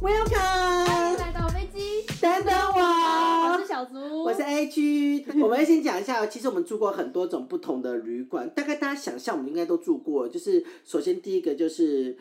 欢迎 Welcome，来到飞机，等等我我是。小竹，我是 A G，我们先讲一下哦。其实我们住过很多种不同的旅馆，大概大家想象我们应该都住过。就是首先第一个就是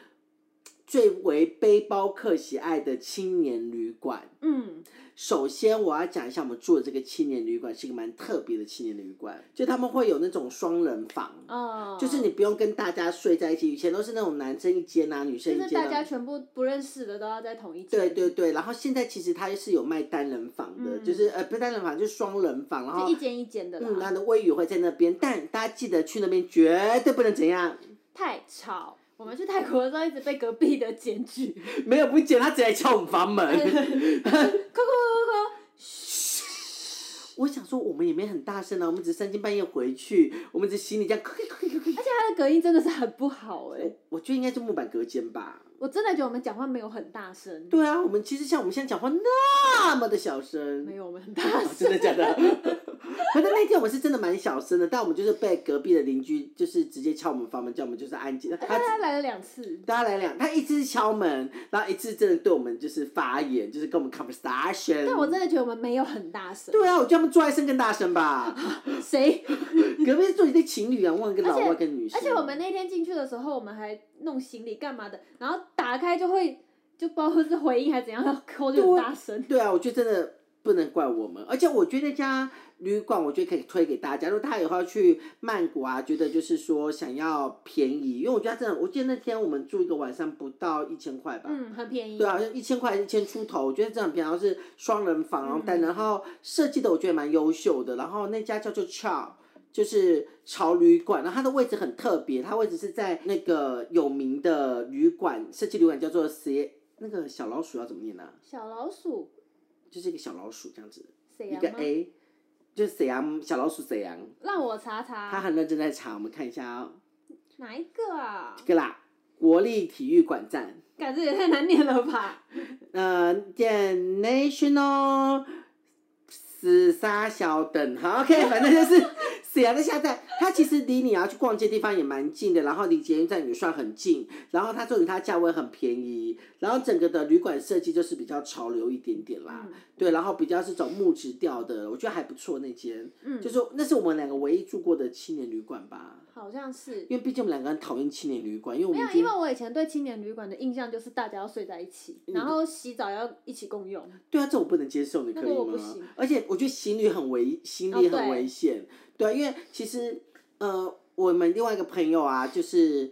最为背包客喜爱的青年旅馆。嗯，首先我要讲一下我们住的这个青年旅馆是一个蛮特别的青年旅馆，就他们会有那种双人房。哦，嗯就是你不用跟大家睡在一起，以前都是那种男生一间啊，女生一就是间、啊，大家全部不认识的都要在同一间，对对对，然后现在其实它是有卖单人房的，嗯就是呃不是单人房，就是双人房，然就后一间一间的啦，嗯，它的卫浴会在那边，但大家记得去那边绝对不能怎样，太吵。我们去泰国的时候一直被隔壁的检 举，没有不检，他直接敲我们房门。扣扣扣扣我想说我们也没很大声啊，我们只是三更半夜回去，我们只行李这样，扣，而且它的隔音真的是很不好哎、我觉得应该是木板隔间吧。我真的觉得我们讲话没有很大声，对啊，我们其实像我们现在讲话那么的小声，没有我们很大哦声，真的假的？可是那天我们是真的蛮小声的，但我们就是被隔壁的邻居就是直接敲我们房门，叫我们就是安静。大他家来了两次，大家来两，他一次是敲门，然后一次真的对我们就是发言，就是跟我们 conversation。但我真的觉得我们没有很大声，对啊，我叫他们做爱声更大声 吧。谁？隔壁是做一对情侣啊，问个老而且外跟女生。而且我们那天进去的时候，我们还弄行李干嘛的，然后打开就会就包括是回应还是怎样，要抠就很大声。对啊，我觉得真的不能怪我们，而且我觉得那家旅馆，我觉得可以推给大家。如果大家以后要去曼谷啊，觉得就是说想要便宜，因为我觉得它真的，我记得那天我们住一个晚上不到一千块吧。嗯，很便宜。对啊，好像一千块还是一千出头，我觉得这很便宜。然后是双人房，然后单人，然后设计的我觉得蛮优秀的。然后那家叫做 Chow，就是潮旅馆，然后它的位置很特别，它位置是在那个有名的旅馆设计旅馆叫做 C，那个小老鼠要怎么念呢、小老鼠，就是一个小老鼠这样子，谁一呀个？吗 A，就是沈阳小老鼠沈阳，让我查他查，很认真在查，我们看一下啊、哪一个啊这？个啦，国立体育馆站，感觉也太难念了吧？呃，点 National 死沙小等，好，OK，反 正就是沈阳的下站，它其实离你要去逛街的地方也蛮近的，然后离捷运站也算很近，然后它重点它价位很便宜，然后整个的旅馆设计就是比较潮流一点点啦，嗯对，然后比较是走木质调的，我觉得还不错那间。嗯，就是那是我们两个唯一住过的青年旅馆吧，好像是。因为毕竟我们两个很讨厌青年旅馆，因为我没们有，已经因为我以前对青年旅馆的印象就是大家要睡在一起，嗯然后洗澡要一起共 用。对啊，这我不能接受，你可那以个我不吗行？而且我觉得行李很危，行哦李很对危险，对啊，因为其实呃，我们另外一个朋友啊，就是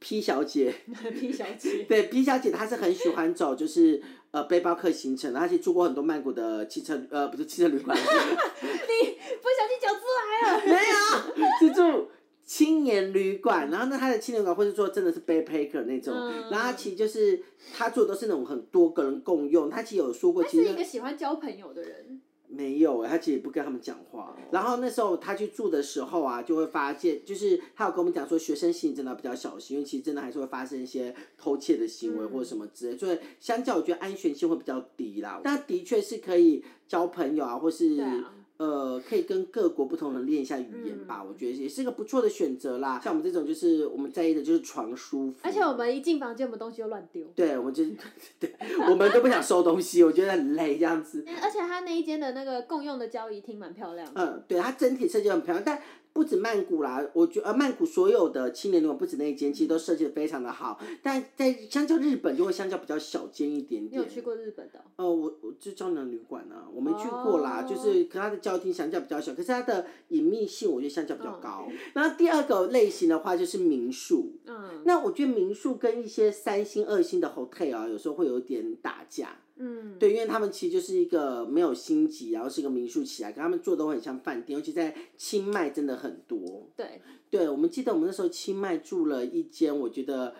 P 小 姐， P 小 姐，对 P 小姐她是很喜欢走就是呃背包客行程，她其实住过很多曼谷的汽车呃不是汽车旅馆， 不小心讲出来了。没有，是住青年旅馆，然后呢，他的青年旅馆或是说真的是 backpacker 那种，嗯然后他其实就是他做的都是那种很多个人共用，他其实有说过，他其是一实个喜欢交朋友的人。没有欸，他其实也不跟他们讲话。哦然后那时候他去住的时候啊，就会发现，就是他有跟我们讲说，学生性真的要比较小心，因为其实真的还是会发生一些偷窃的行为嗯或者什么之类，所以相较我觉得安全性会比较低啦。但的确是可以交朋友啊，或是对啊。嗯呃，可以跟各国不同人练一下语言吧，我觉得也是个不错的选择啦。像我们这种，就是我们在意的就是床舒服，而且我们一进房间，我们东西就乱丢。对，我们就是 对，我们都不想收东西，我觉得很累这样子。而且他那一间的那个共用的交易厅蛮漂亮的，嗯，对，它整体设计得很漂亮，但不止曼谷啦，我觉得、呃、曼谷所有的青年旅馆不止那一间，其实都设计的非常的好，但在相较日本就会相较比较小间一点你点有。去过日本的哦、呃，我我就胶囊旅馆啊，我没去过啦，哦就是可它的交厅相较比较小，可是它的隐秘性我觉得相较比较高。然后第二个类型的话就是民宿，嗯那我觉得民宿跟一些三星、二星的 hotel 啊，有时候会有点打架。嗯，对，因为他们其实就是一个没有星级，然后是一个民宿起来，可他们做的都很像饭店，尤其在清迈真的很多。对，对，我们记得我们那时候清迈住了一间，我觉得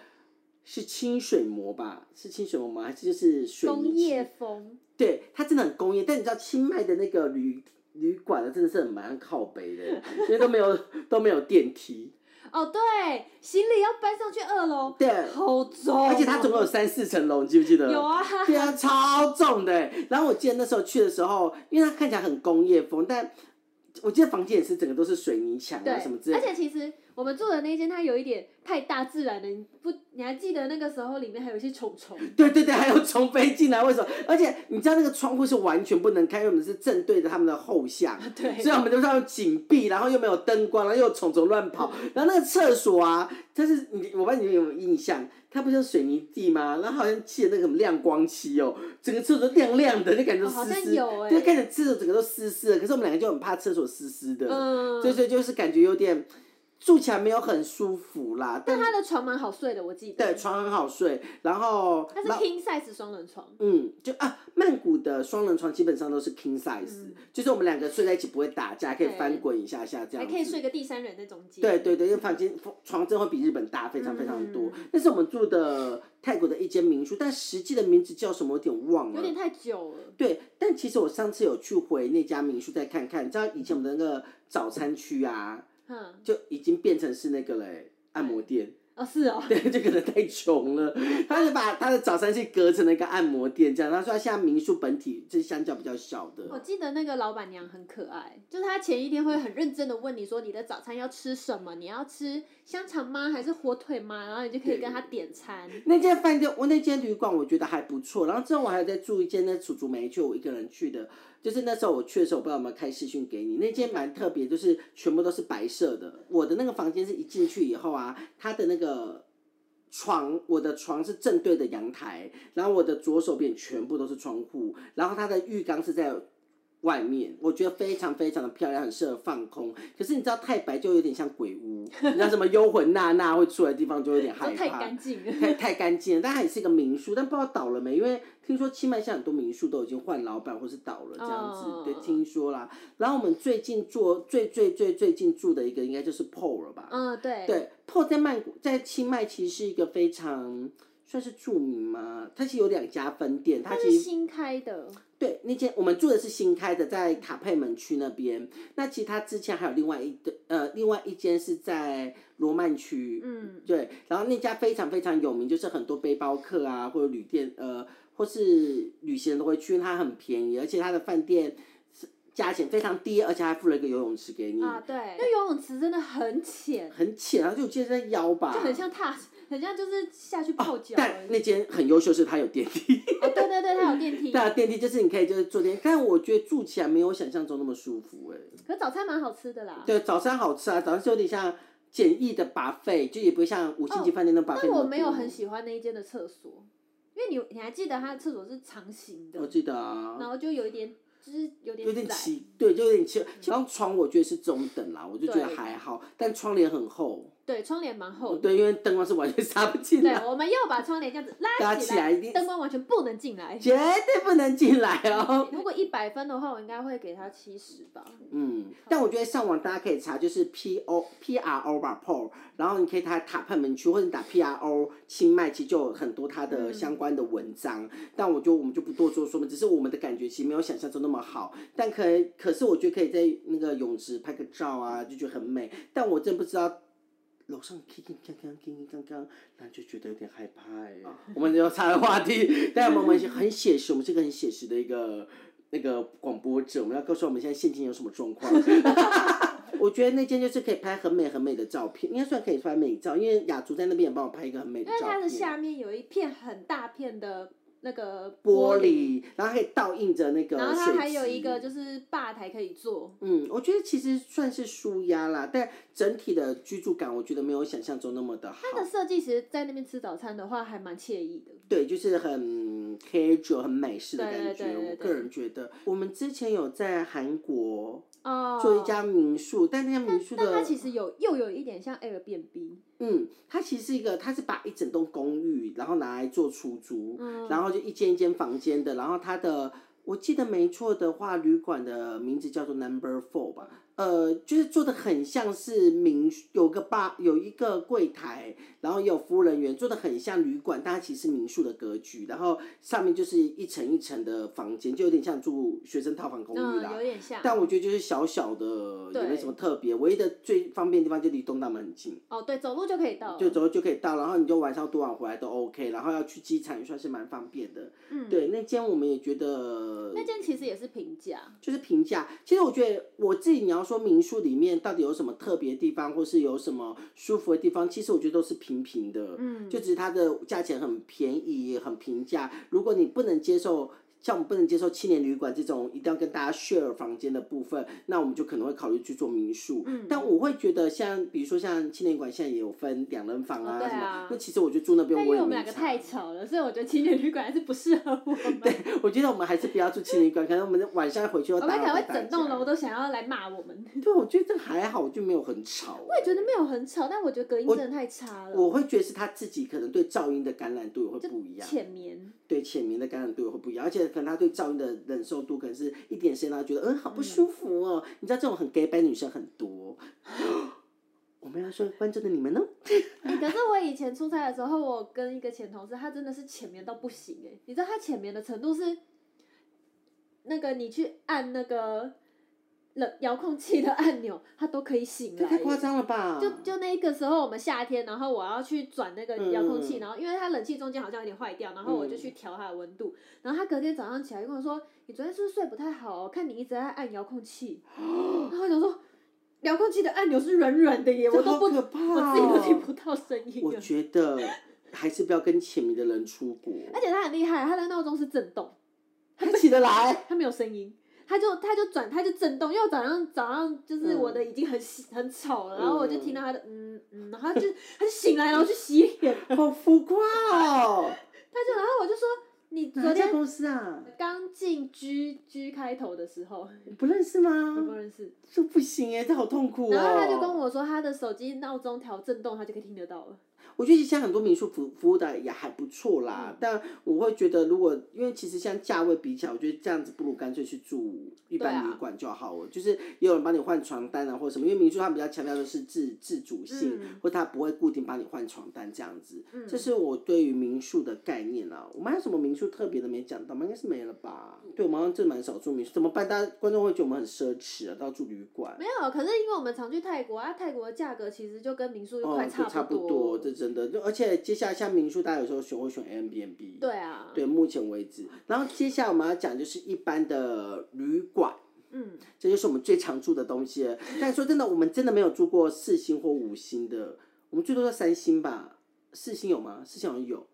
是清水模吧，是清水模吗？还是就是水泥工砌业风，对，它真的很工业，但你知道清迈的那个旅旅馆啊呢，真的是很蛮靠北的，因为都没有都没有电梯，哦对，行李要搬上去二楼，对，好重哦、而且它总共有三四层楼，你记不记得？有啊，对啊，超重的欸。然后我记得那时候去的时候，因为它看起来很工业风，但我记得房间也是整个都是水泥墙啊对什么之，类而的。且其实我们住的那间它有一点太大自然了，你不你还记得那个时候里面还有一些虫虫，对对对，还有虫飞进来，为什么？而且你知道那个窗户是完全不能开，因为我们是正对着他们的后巷， 对所以我们就是要紧闭，然后又没有灯光，然后又有虫虫乱跑。然后那个厕所啊，它是你，我不知道你有没有印象，它不是有水泥地吗？然后好像砌的那个什么亮光漆哦，整个厕所亮亮的，就感觉哦好湿像湿，有欸对，看着厕所整个都湿湿的。可是我们两个就很怕厕所湿湿的，嗯，所以所以就是感觉有点住起来没有很舒服啦。但但它的床蛮好睡的，我记得，对，床很好睡，然后它是然后 king size 双人床，嗯，就啊，曼谷的双人床基本上都是 king size，、嗯就是我们两个睡在一起不会打架，可以对翻滚一下下这还样子。可以睡个第三人在中间，对对对，因为房间床真的会比日本大非常非常多嗯。那、是我们住的泰国的一间民宿，但实际的名字叫什么我有点忘有了点。太久了，对，但其实我上次有去回那家民宿再看看，你知道以前我们的那个早餐区啊，嗯，就已经变成是那个嘞、按摩店。哦是哦， 对，就可能太穷了，他就把他的早餐去隔成了一个按摩店这样。他说他现在民宿本体就是相较比较小的，我记得那个老板娘很可爱，就是她前一天会很认真的问你说你的早餐要吃什么，你要吃香肠吗？还是火腿吗？然后你就可以跟她点餐。那间饭店，我那间旅馆我觉得还不错。然后之后我还有在住一间，那楚楚没去，我一个人去的。就是那时候我去的时候，我不知道有没有开视讯给你。那间蛮特别，就是全部都是白色的。我的那个房间是一进去以后啊，它的那个床，我的床是正对着阳台，然后我的左手边全部都是窗户，然后它的浴缸是在。外面我觉得非常非常的漂亮，很适合放空。可是你知道太白就有点像鬼屋，你知道什么幽魂娜娜会出来的地方就 有点害都怕。太干净了，太太干净了，但它也是一个民宿，但不知道倒了没，因为听说清迈现在很多民宿都已经换老板或是倒了这样子，哦对，听说啦。然后我们最近做最最最最近住的一个应该就是 PO 了吧？嗯，对，对，PO 在曼谷，在清迈其实是一个非常算是著名吗？它其实有两家分店，它它其实是新开的，对，那间我们住的是新开的，在塔佩门区那边。那其实它之前还有另外一个呃，另外一间是在罗曼区，嗯，对。然后那家非常非常有名，就是很多背包客啊，或者旅店呃，或是旅行人都会去，因为它很便宜，而且它的饭店是价钱非常低，而且还附了一个游泳池给你，啊，对，那游泳池真的很浅，很浅，然后就我记得在腰吧，就很像踏，很像就是下去泡脚而啊哦但已。那间很优秀，是它有电梯。 哦，对对对，它有电梯，对啊，电梯就是你可以就是坐电梯，但我觉得住起来没有想象中那么舒服哎、可早餐蛮好吃的啦。对，早餐好吃啊，早餐是有点像简易的 buffet，就也不会像五星级饭店那 buffet 那但么多、哦我没有很喜欢那一间的厕所，因为你你还记得它的厕所是长形的我，记得啊，然后就有一点，就是有点有点窄奇，对，就有点奇。然后床我觉得是中等啦，我就觉得嗯对还好，但窗帘很厚，对，窗帘蛮厚的。对，因为灯光是完全杀不进对来，，我们又把窗帘这样子大拉家起起来一定灯光完全不能进来。绝对不能进来 哦。如果一百分的话，我应该会给他七十吧。嗯，但我觉得上网大家可以查，就是 P O P R O 吧 p o 然后你可以打塔畔门区或者你打 P R O 清迈，其实就有很多它的嗯相关的文章。但我觉得我们就不多做说明，只是我们的感觉其实没有想象中那么好。但可可是我觉得可以在那个泳池拍个照啊，就觉得很美。但我真不知道。楼上叮叮当当叮叮当当，那就觉得有点害怕哎、我们要岔了话题，但我们很写实，我们是一个很写实的一个那个广播者，我们要告诉我们现在现今有什么状况。 我觉得那间就是可以拍很美很美的照片，应该算可以拍美照，因为雅竹在那边也帮我拍一个很美因的为照它的片。下面有一片很大片的那个玻玻，璃，然后可以倒映着那个水然后它还有一个池就是吧台可以坐。嗯，我觉得其实算是舒压啦，但整体的居住感我觉得没有想象中那么的好。它的设计其实，在那边吃早餐的话，还蛮惬意的。对，就是很 casual、很美式的感觉。对对对对我对个人觉得，我们之前有在韩国哦，做一家民宿，但那家民宿但它的，其实有又有一点像 Airbnb，嗯，它其实是一个，它是把一整栋公寓，然后拿来做出租，嗯，然后就一间一间房间的，然后它的。我记得没错的话，旅馆的名字叫做 Number Four 吧，呃，就是做的很像是民宿，有个吧，有一个柜台，然后也有服务人员，做的很像旅馆，但它其实是民宿的格局，然后上面就是一层一层的房间，就有点像住学生套房公寓啦。嗯，有点像。但我觉得就是小小的，也没对什么特别，唯一的最方便的地方就离东大门很近。哦，对，走路就可以到了。就之后就可以到，然后你就晚上多晚回来都 OK，然后要去机场也算是蛮方便的。嗯，对，那间我们也觉得那间其实也是平价，就是平价。其实我觉得我自己你要说民宿里面到底有什么特别地方，或是有什么舒服的地方，其实我觉得都是平平的，嗯就只是它的价钱很便宜，很平价。如果你不能接受。像我们不能接受青年旅馆这种一定要跟大家 share 房间的部分，那我们就可能会考虑去做民宿。嗯但我会觉得像，比如说像青年旅馆现在也有分两人房哦啊对啊什么，那其实我觉得住那边但因我也为我们没两个差太吵了，所以我觉得青年旅馆还是不适合我们。 我觉得我们还是不要住青旅馆，可能我们晚上回去要我打们可扰能到会大整栋家楼。都想要来骂我们。对，我觉得这还好，我就没有很吵。啊我也觉得没有很吵，但我觉得隔音真的太差了，我会觉得是他自己可能对噪音的感染度也会不一样，浅 眠。对浅眠的感染度也会不一样，而且可能他对噪音的忍受度可能是一点声音，他觉得嗯好不舒服哦。你知道这种很 gay 白女生很多，我们要说观众的你们呢？欸可是我以前出差的时候，我跟一个前同事，他真的是浅眠到不行哎、你知道他浅眠的程度是，那个你去按那个冷遥控器的按钮，他都可以醒这来、太夸欸。张了吧？就就那个时候，我们夏天，然后我要去转那个嗯遥控器，嗯然后因为它冷气中间好像有点坏掉，然后我就去调它的温度，然后他隔天早上起来就跟我说：“你昨天是不是睡不太好、哦？看你一直在按遥控器。”然后我想说，遥控器的按钮是软软的耶，这我都好不，可怕我自己都听哦不到声音我了。觉得还是不要跟浅眠的人出国，而且他很厉害，他的闹钟是震动，他起得来。他没有声音，他就他就转他就震动，因为我早上早上就是嗯我的已经很洗很吵了，然后我就嗯听到他的嗯嗯，然后他就他就醒来，然后去洗脸，好浮夸哦！他就然后我就说你哎昨哪家天公司啊？刚进 G G 开头的时候，不认识我不吗？认识，这不行哎，这好痛苦哦。然后他就跟，我说他的手机闹钟调震动，他就可以听得到了。我觉得现在很多民宿服服务的也还不错啦，嗯但我会觉得如果因为其实像价位比起来，我觉得这样子不如干脆去住一般对啊旅馆就好了，就是也有人帮你换床单啊或者什么，因为民宿他们比较强调的是自自主性，嗯或他不会固定帮你换床单这样子。嗯这是我对于民宿的概念啦。我们还有什么民宿特别的没讲到吗？应该是没了吧？对，我们好像真的蛮少住民宿，怎么办？大家观众会觉得我们很奢侈啊，到住旅馆。没有，可是因为我们常去泰国啊，泰国的价格其实就跟民宿就快嗯，就差不不多，这真的。就而且接下来像民宿，大家有时候选会选 Airbnb。对啊，对，目前为止。然后接下来我们要讲就是一般的旅馆，嗯，这就是我们最常住的东西了。但说真的，我们真的没有住过四星或五星的，我们最多就三星吧。四星有吗？四星好像有。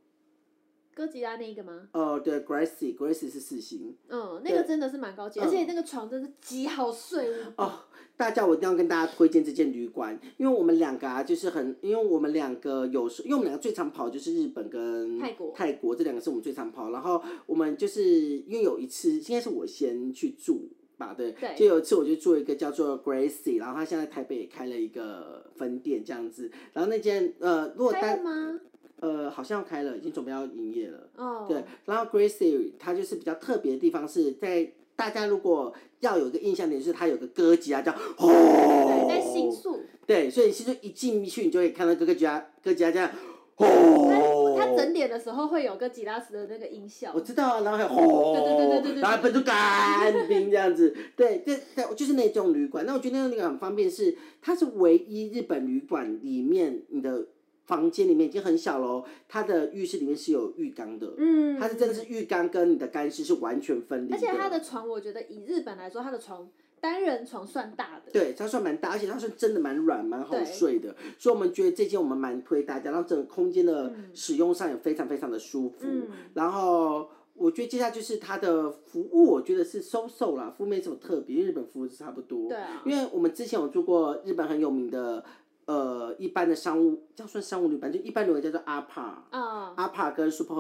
哥吉拉那一个吗？哦，对，Gracie，Gracie 是四星。嗯，那个对真的是蛮高级，嗯而且那个床真的极好睡。哦，大家我一定要跟大家推荐这间旅馆，因为我们两个啊，就是很，因为我们两个有时，因为我们两个最常跑就是日本跟泰国泰国这两个是我们最常跑。然后我们就是因为有一次，应该是我先去住吧，对，对就有一次我就住一个叫做 Gracie，然后他现在台北也开了一个分店这样子。然后那间呃，如果开单了吗？呃好像开了，已经准备要营业了。哦，对，然后 Gracie 它就是比较特别的地方是在大家如果要有一个印象点，就是它有个歌姬啊叫哦对，，在新宿，对，所以你新宿一进去，你就会看到哥哥吉拉哥吉拉这样它哦，它整点的时候会有个吉拉斯的那个音效我。知道啊，然后还有吼，对对对对对对然后还喷出干冰这样子，对，对，对，就是那种旅馆。那我觉得那种旅馆很方便是，它是唯一日本旅馆里面你的房间里面已经很小喽，它的浴室里面是有浴缸的，嗯，它是真的是浴缸跟你的干湿是完全分离的，而且它的床，我觉得以日本来说，它的床单人床算大的。对，它算蛮大，而且它算真的蛮软，蛮好对睡的，所以我们觉得这间我们蛮推大家，然后整个空间的嗯使用上也非常非常的舒服。嗯，然后我觉得接下来就是它的服务，我觉得是 so so 啦，服务没什么特别，因为日本服务是差不多。对啊，因为我们之前有住过日本很有名的呃一般的商务，叫算商务旅馆，就一般旅馆叫做 APA，APA、啊，跟 Super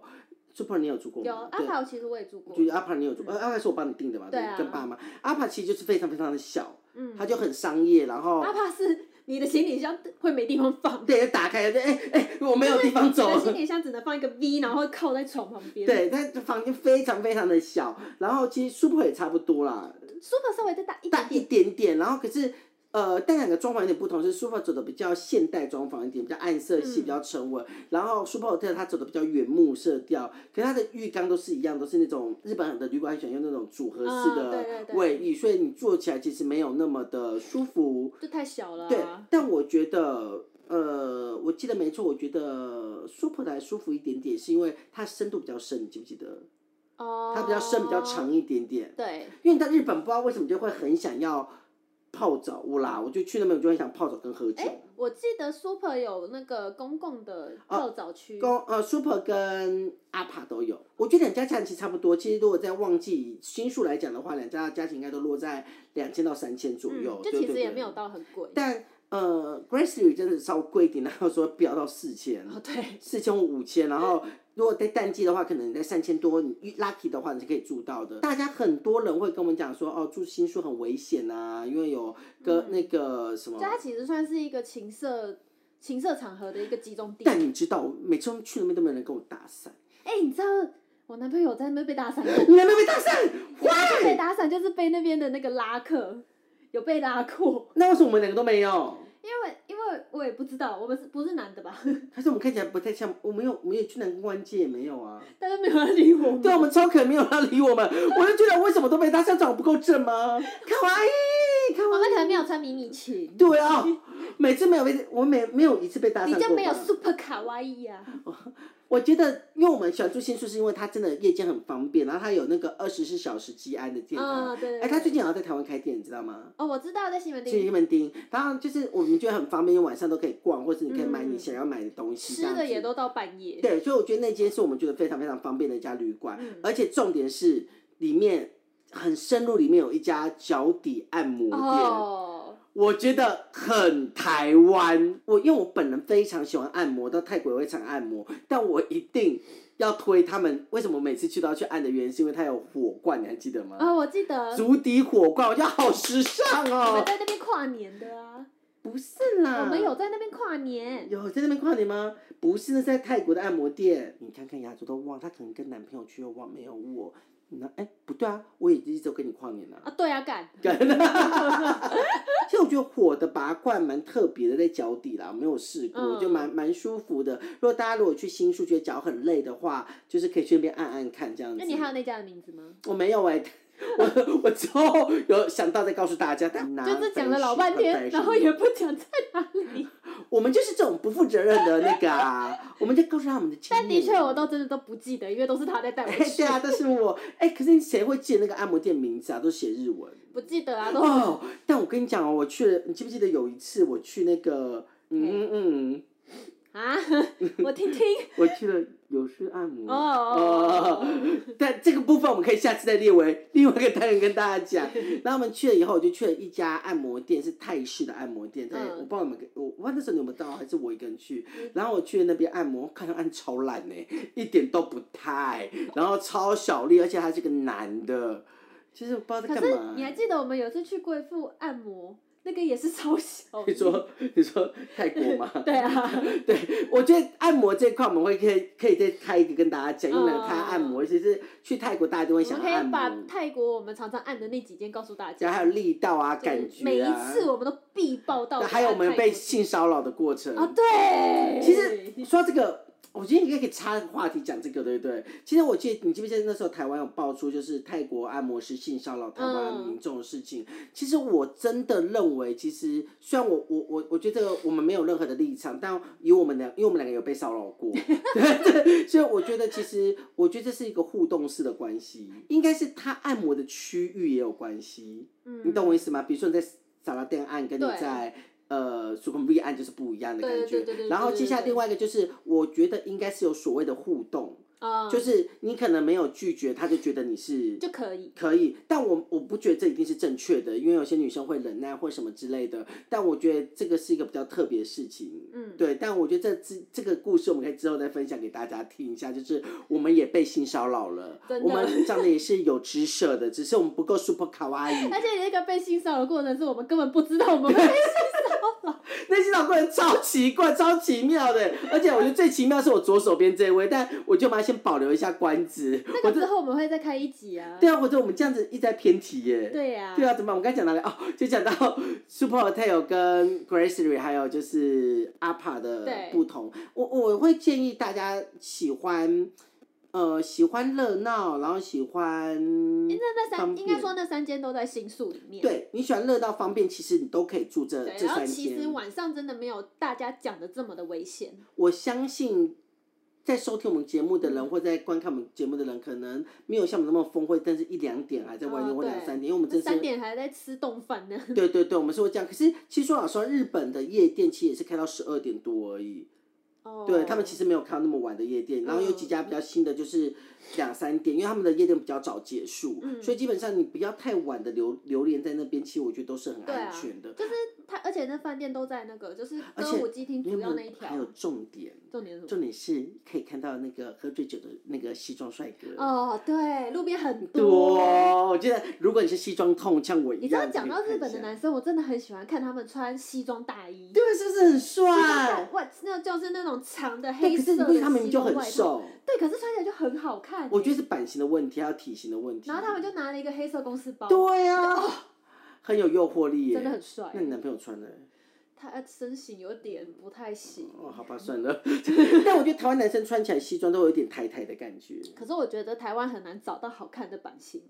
Hotel，Super 你有住过吗？有对阿桃，其实我也住过就。是阿帕，你有住，呃，阿帕是我帮你订的嘛，对啊跟爸妈。阿帕其实就是非常非常的小，嗯，它就很商业，然后阿帕是你的行李箱会没地方放，对，打开，对，哎哎，我没有地方你走的。行李箱只能放一个 V，然后靠在床旁边。对，但房间非常非常的小，然后其实 Super 也差不多啦， ，Super 稍微再大一大点一点。点点，然后可是。呃，但两个装潢有点不同，是 Super 走的比较现代装潢一点，比较暗色系，嗯比较沉稳。然后 Super Hotel 它走的比较原木色调，可是它的浴缸都是一样，都是那种日本的旅馆很喜欢用那种组合式嗯对对的对卫浴，所以你坐起来其实没有那么的舒服。就太小了、啊。对，但我觉得，呃，我记得没错，我觉得舒普还舒服一点点，是因为它深度比较深，你记不记得？哦，它比较深，比较长。一点点。对，因为你在日本不知道为什么就会很想要泡澡屋啦，嗯我就去那边我就很想泡澡跟喝酒。我记得 Super 有那个公共的泡澡区，公呃 Super 跟阿帕都有，我觉得两家价钱其实差不多。其实如果在旺季新数来讲的话，两家的价钱应该都落在两千到三千左右，嗯，就对其对实也对没有到很贵。但呃 Gracery 真的稍微贵一点，然后说飙到四千、哦，对， 四千五五千，然后如果在淡季的话，可能你在三千多，你 lucky 的话你是可以住到的。大家很多人会跟我们讲说，哦，住新宿很危险啊，因为有跟那个什么就。它其实算是一个情色情色场合的一个集中地。但你知道，每次去那边都没有人跟我搭讪，哎、你知道我男朋友在那边被打散，你还没被搭讪他被，why？打散就是被那边的那个拉客有被拉过，那为什么我们两个都没有？因为因为我也不知道我们是不是男的吧， 还是我们看起来不太像？我们有，我们有去南关街也没有啊。但是没有人理我们。对，我们啊超可能没有要理我们，我就觉得为什么都没搭讪，长得不够正吗？卡哇伊，卡我哇们可伊。能没有穿迷你裙，对啊，每次没有被，我每没有一次被搭讪你过吧。就没有 super 卡哇伊啊。我觉得，因为我们喜欢住新宿，是因为它真的夜间很方便，然后它有那个二十四小时机安的店啊、台。对哎、对对。它最近好像在台湾开店，你知道吗？哦，我知道在西门去西町门町，然后就是我们觉得很方便，因为晚上都可以逛，或是你可以买你嗯想要买的东西。这吃样的也子都到半夜。对，所以我觉得那间是我们觉得非常非常方便的一家旅馆，嗯而且重点是里面很深入，里面有一家脚底按摩店。哦，我觉得很台湾。我因为我本人非常喜欢按摩，到泰国也会常按摩，但我一定要推他们。为什么每次去都要去按的原因，是因为它有火罐，你还记得吗？哦，我记得足底火罐，我觉得好时尚我哦们。在那边跨年的啊，不是啦，我们有在那边跨年。有在那边跨年吗？不是，那是在泰国的按摩店。你看看亚洲都忘，她可能跟男朋友去又忘，没有我。那哎、不对啊，我也一直都跟你跨年了、啊，对啊，干。 其实我觉得火的拔罐蛮特别的，在脚底啦，我没有试过，嗯就蛮蛮舒服的。如果大家如果去新宿觉得脚很累的话，就是可以去那边按按看这样子。那你还有那家的名字吗？我没有哎、 我我之后有想到再告诉 大家，但就是讲了老半天，然后也不讲在哪 里。我们就是这种不负责任的那个啊，我们就告诉他们的经验。 但的确，我都真的都不记得，因为都是他在带我哎、去 对。啊，但是我哎、可是谁会记得那个按摩店名字啊？都写日文。不记得啊，都哦，但我跟你讲哦，我去了，你记不记得有一次我去那个，嗯嗯嗯，啊，我 听听。我去了有师按摩。哦哦。但这个部分我们可以下次再列为另外一个单元跟大家讲。然后我们去了以后，我就去了一家按摩店，是泰式的按摩店，在、嗯我不知道你们，我我忘了那时候你有没有到，还是我一个人去。然后我去那边按摩，看到按超烂呢、一点都不泰，然后超小力，而且还是个男的，其实我不知道在可干是嘛。你还记得我们有次去贵妇按摩，那个也是超 小。你说你说泰国吗？ 对啊， 对，我觉得按摩这一块我们会可以可以再开一个跟大家讲，因为我们嗯俩看按摩，其实去泰国大家都会我想们要可按以摩，把泰国我们常常按的那几间告诉大然家。后还有力道啊、感觉啊，每一次我们都必报到。对还有我们被性骚扰的过程。啊，对，其实你说这个，我觉得你应该可以插个话题讲这个，对不对？其实我记得，你记不记得那时候台湾有爆出就是泰国按摩师性骚扰台湾嗯民众的事情？其实我真的认为，其实虽然我我我我觉得这个我们没有任何的立场，但以我们两，因为我们两个有被骚扰过， 对对，所以我觉得其实我觉得这是一个互动式的关系，应该是他按摩的区域也有关系。嗯你懂我意思吗？比如说你在沙拉店按，跟你对在呃苏坤 V 按就是不一样的对感对觉对对对。然后对接下来对另外一个就是，我觉得应该是有所谓的互动，啊，就是你可能没有拒绝，他就觉得你是就可以。可以，但我我不觉得这一定是正确的，因为有些女生会忍耐或什么之类的。但我觉得这个是一个比较特别的事情。嗯对，但我觉得这这这个故事我们可以之后再分享给大家听一下，就是我们也被性骚扰了真，的我们长得也是有姿色的，只是我们不够 super 卡哇伊。而且那个被性骚扰的过程是我们根本不知道我 们被那些老过人超奇怪、超奇妙的，而且我觉得最奇妙是我左手边这位，但我就把它先保留一下官职。那我个这之后我们会再开一集啊。对啊，我觉得我们这样子一直在偏题耶。对呀，对啊，怎么办？我刚才讲到哪里？哦，就讲到 Super Hotel 跟 Gracery，还有就是阿 p a 的对不同。我我会建议大家喜欢，呃，喜欢热闹，然后喜欢诶那那方三便应该说那三间都在新宿里面。对你喜欢热闹方便，其实你都可以住这对，这然后三其间实。晚上真的没有大家讲的这么的危险。我相信在收听我们节目的嗯人，或在观看我们节目的人，可能没有像我们那么峰会，但是一两点还在外面，哦或两对三点，因为我们真这是三点还在吃冻饭 呢。对对对，我们是会这样。可是其实说老实话，日本的夜店其实也是开到十二点多而已。哦，对他们其实没有开到那么晚的夜店，然后有嗯几家比较新的就是两三点，因为他们的夜店比较早结束，嗯所以基本上你不要太晚的流流连在那边，其实我觉得都是很对安啊全的。就是他，而且那饭店都在那个就是而歌且舞伎町你有主没要那一有还有条。重点？重点是什么？重点是可以看到那个喝醉酒的那个西装帅哥。哦，对，路边很多，多。欸我觉得如果你是西装控，像我一样，你知道讲到日本的男，男生，我真的很喜欢看他们穿西装大衣。对，是不是很西装大帅？哇，那就是那种长对，的黑可是色你的不觉得他们西就装很外套，瘦？对，可是穿起来就很好看欸。我觉得是版型的问题，还有体型的问题。然后他们就拿了一个黑色公司包，对啊，很有诱惑力耶。真的很帅那。你男朋友穿的？他身形有点不太行，哦，好吧，算了。 但我觉得台湾男生穿起来西装都有一点抬抬的感觉，可是我觉得台湾很难找到好看的版型。